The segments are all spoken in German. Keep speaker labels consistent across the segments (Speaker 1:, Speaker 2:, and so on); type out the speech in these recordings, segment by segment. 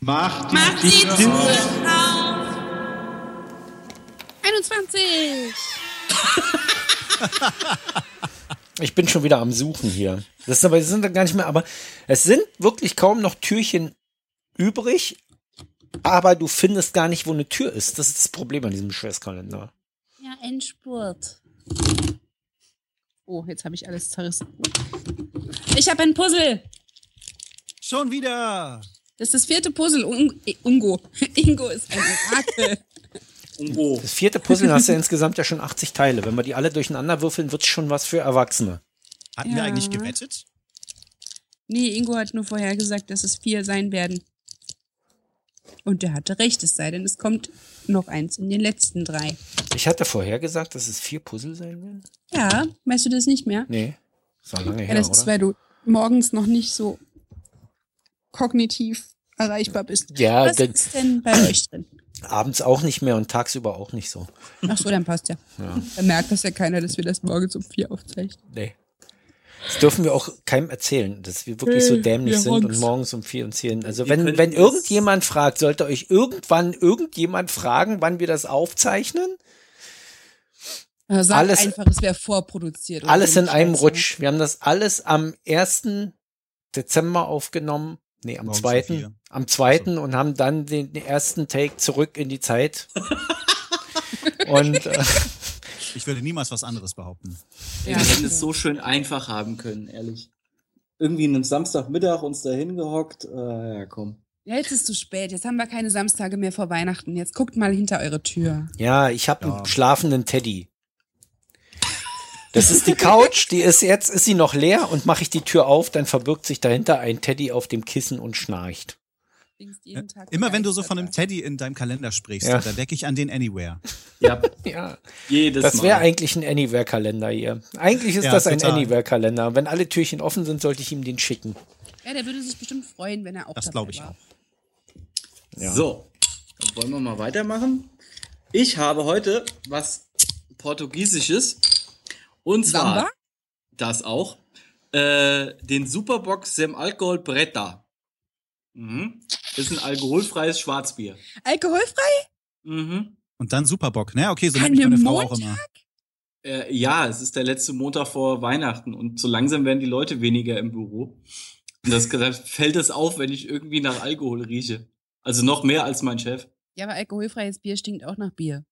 Speaker 1: Mach die,
Speaker 2: Mach die
Speaker 1: Tür
Speaker 2: Tür
Speaker 1: auf.
Speaker 2: 21!
Speaker 3: Ich bin schon wieder am Suchen hier. Das ist aber, das sind dann gar nicht mehr, aber es sind wirklich kaum noch Türchen übrig, aber du findest gar nicht, wo eine Tür ist. Das ist das Problem an diesem Scheißkalender.
Speaker 2: Ja, Endspurt. Oh, jetzt habe ich alles zerrissen. Ich habe ein Puzzle.
Speaker 4: Schon wieder.
Speaker 2: Das ist das vierte Puzzle. Un I- Ungo. Ingo ist ein Orakel.
Speaker 1: Ungo.
Speaker 3: Das vierte Puzzle hast du ja insgesamt ja schon 80 Teile. Wenn wir die alle durcheinander würfeln, wird es schon was für Erwachsene.
Speaker 4: Hatten
Speaker 2: Ja.
Speaker 4: wir eigentlich gewettet?
Speaker 2: nee, Ingo hat nur vorher gesagt, dass es vier sein werden. Und der hatte recht, es sei denn, es kommt noch eins in den letzten drei.
Speaker 3: Ich hatte vorher gesagt, dass es vier Puzzle sein werden.
Speaker 2: Ja, weißt du das nicht mehr?
Speaker 3: Nee. Das war lange
Speaker 2: Ja,
Speaker 3: her,
Speaker 2: das ist,
Speaker 3: oder?
Speaker 2: weil du morgens noch nicht so kognitiv erreichbar bist.
Speaker 3: Ja,
Speaker 2: Was
Speaker 3: das-
Speaker 2: ist denn bei euch drin?
Speaker 3: Abends auch nicht mehr und tagsüber auch nicht so.
Speaker 2: Ach so, dann passt ja. Dann merkt das ja keiner, dass wir das morgens um vier aufzeichnen.
Speaker 3: Nee. Das dürfen wir auch keinem erzählen, dass wir wirklich so
Speaker 2: Nee,
Speaker 3: dämlich
Speaker 2: wir
Speaker 3: sind
Speaker 2: Honks.
Speaker 3: und morgens um vier und zehn. Also
Speaker 1: Wir
Speaker 3: wenn,
Speaker 1: können
Speaker 3: wenn
Speaker 1: das-
Speaker 3: irgendjemand fragt, sollte euch irgendwann irgendjemand fragen, wann wir das aufzeichnen?
Speaker 2: Äh, Sag
Speaker 3: Alles-
Speaker 2: einfach, es wäre vorproduziert. oder
Speaker 3: Alles
Speaker 2: so ein
Speaker 3: in einem
Speaker 2: Scheiß, ne?
Speaker 3: Rutsch. Wir haben das alles am 1. Dezember aufgenommen. Nee, am
Speaker 4: Morgens um
Speaker 3: 2.
Speaker 4: vier.
Speaker 3: am 2. und haben dann den, den ersten Take zurück in die Zeit. und äh,
Speaker 4: Ich würde niemals was anderes behaupten.
Speaker 1: Wir hätten es so schön einfach haben können, ehrlich. Irgendwie einen Samstagmittag uns da hingehockt. Äh, ja, komm.
Speaker 2: Ja, jetzt ist es zu spät. Jetzt haben wir keine Samstage mehr vor Weihnachten. Jetzt guckt mal hinter eure Tür.
Speaker 3: ja, ich habe
Speaker 4: Ja.
Speaker 3: einen schlafenden Teddy. Das ist die Couch, die ist jetzt, ist sie noch leer und mache ich die Tür auf, dann verbirgt sich dahinter ein Teddy auf dem Kissen und schnarcht.
Speaker 2: Trinkst jeden Tag
Speaker 4: Äh, Immer wenn du
Speaker 2: Geister
Speaker 4: so von einem
Speaker 2: da.
Speaker 4: Teddy in deinem Kalender sprichst,
Speaker 3: Ja.
Speaker 4: da denke ich an den Anywhere.
Speaker 1: Ja,
Speaker 3: Ja,
Speaker 1: jedes
Speaker 3: das
Speaker 1: Mal.
Speaker 3: wäre eigentlich ein Anywhere-Kalender hier. Eigentlich ist
Speaker 4: Ja,
Speaker 3: das ein
Speaker 4: total.
Speaker 3: Anywhere-Kalender. Wenn alle Türchen offen sind, sollte ich ihm den schicken.
Speaker 2: Ja, der würde sich bestimmt freuen, wenn er auch
Speaker 4: Das
Speaker 2: dabei
Speaker 4: glaube ich
Speaker 2: war.
Speaker 4: auch.
Speaker 1: So, dann wollen wir mal weitermachen. Ich habe heute was Portugiesisches. Und zwar
Speaker 2: Samba?
Speaker 1: das auch. Äh, den Superbox Sem Alcohol Bretta. Mhm. Ist ein alkoholfreies Schwarzbier.
Speaker 2: Alkoholfrei?
Speaker 1: Mhm.
Speaker 4: Und dann Superbock, ne? Okay, so
Speaker 2: An
Speaker 4: nennt mich meine
Speaker 2: einem
Speaker 4: Frau auch
Speaker 2: Montag?
Speaker 4: immer.
Speaker 1: Äh, ja, es ist der letzte Montag vor Weihnachten und so langsam werden die Leute weniger im Büro. Und das da fällt es auf, wenn ich irgendwie nach Alkohol rieche. Also noch mehr als mein Chef.
Speaker 2: Ja, aber alkoholfreies Bier stinkt auch nach Bier.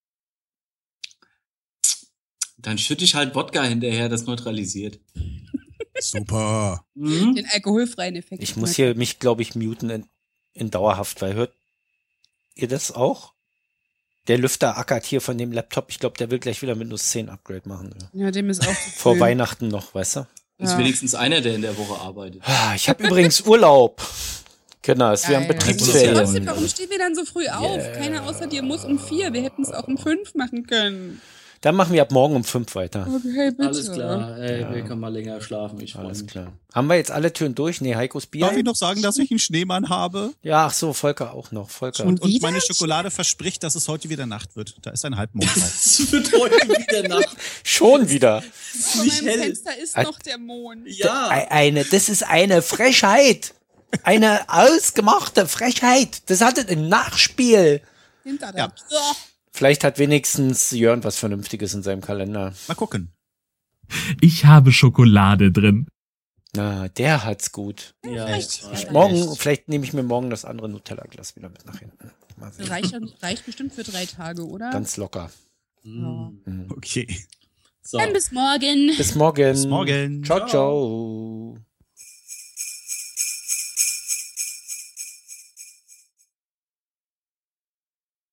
Speaker 1: Dann schütte ich halt Wodka hinterher, das neutralisiert.
Speaker 4: Super.
Speaker 1: Mhm.
Speaker 2: Den alkoholfreien Effekt.
Speaker 3: Ich muss hier mich, glaube ich, muten in, in dauerhaft, weil hört ihr das auch? Der Lüfter ackert hier von dem Laptop. Ich glaube, der will gleich wieder Windows 10 Upgrade machen.
Speaker 2: Ja, dem ist auch. zu
Speaker 3: Vor
Speaker 2: früh.
Speaker 3: Weihnachten noch, weißt du?
Speaker 1: Ist
Speaker 2: Ja.
Speaker 1: wenigstens einer, der in der Woche arbeitet.
Speaker 3: Ah, Ich habe übrigens Urlaub. Genau, es wären
Speaker 2: Geil. Trotzdem, warum
Speaker 3: Betriebsferien.
Speaker 2: stehen wir dann so früh auf? Keiner außer dir muss um vier. Wir hätten es auch um fünf machen können.
Speaker 3: Dann machen wir ab morgen um fünf weiter.
Speaker 2: Okay, bitte.
Speaker 1: Alles klar, ey, wir können mal länger schlafen. Ich freue
Speaker 3: Alles
Speaker 1: mich.
Speaker 3: klar. Haben wir jetzt alle Türen durch? Nee, Heikos
Speaker 4: Darf
Speaker 3: Bier?
Speaker 4: ich noch sagen, dass ich einen Schneemann habe?
Speaker 3: Ja, ach so, Volker auch noch. Volker.
Speaker 2: Schon-
Speaker 4: Und
Speaker 2: Wieder?
Speaker 4: meine Schokolade verspricht, dass es heute wieder Nacht wird. Da ist ein Halbmond drauf.
Speaker 1: Es wird heute wieder Nacht
Speaker 3: Schon wieder.
Speaker 2: Vor
Speaker 1: nicht
Speaker 2: meinem
Speaker 1: hell.
Speaker 2: Fenster ist
Speaker 3: Ah.
Speaker 2: noch der Mond.
Speaker 1: Ja,
Speaker 3: Ei- Eine, das ist eine Frechheit. Eine ausgemachte Frechheit. Das hatte ein Nachspiel.
Speaker 2: Hinter
Speaker 4: Ja.
Speaker 2: da. Ja.
Speaker 3: Vielleicht hat wenigstens Jörn was Vernünftiges in seinem Kalender.
Speaker 4: Mal gucken.
Speaker 5: Ich habe Schokolade drin.
Speaker 3: Na, der hat's gut.
Speaker 1: ja
Speaker 2: Echt?
Speaker 1: echt.
Speaker 3: Morgen, vielleicht nehme ich mir morgen das andere Nutella-Glas wieder mit nach hinten. Mal sehen.
Speaker 2: Reicht, reicht bestimmt für drei Tage, oder?
Speaker 3: Ganz locker. Mhm.
Speaker 1: Mm.
Speaker 4: Okay.
Speaker 1: So.
Speaker 2: Dann bis morgen.
Speaker 3: Bis morgen.
Speaker 4: Bis morgen.
Speaker 3: Ciao, ciao.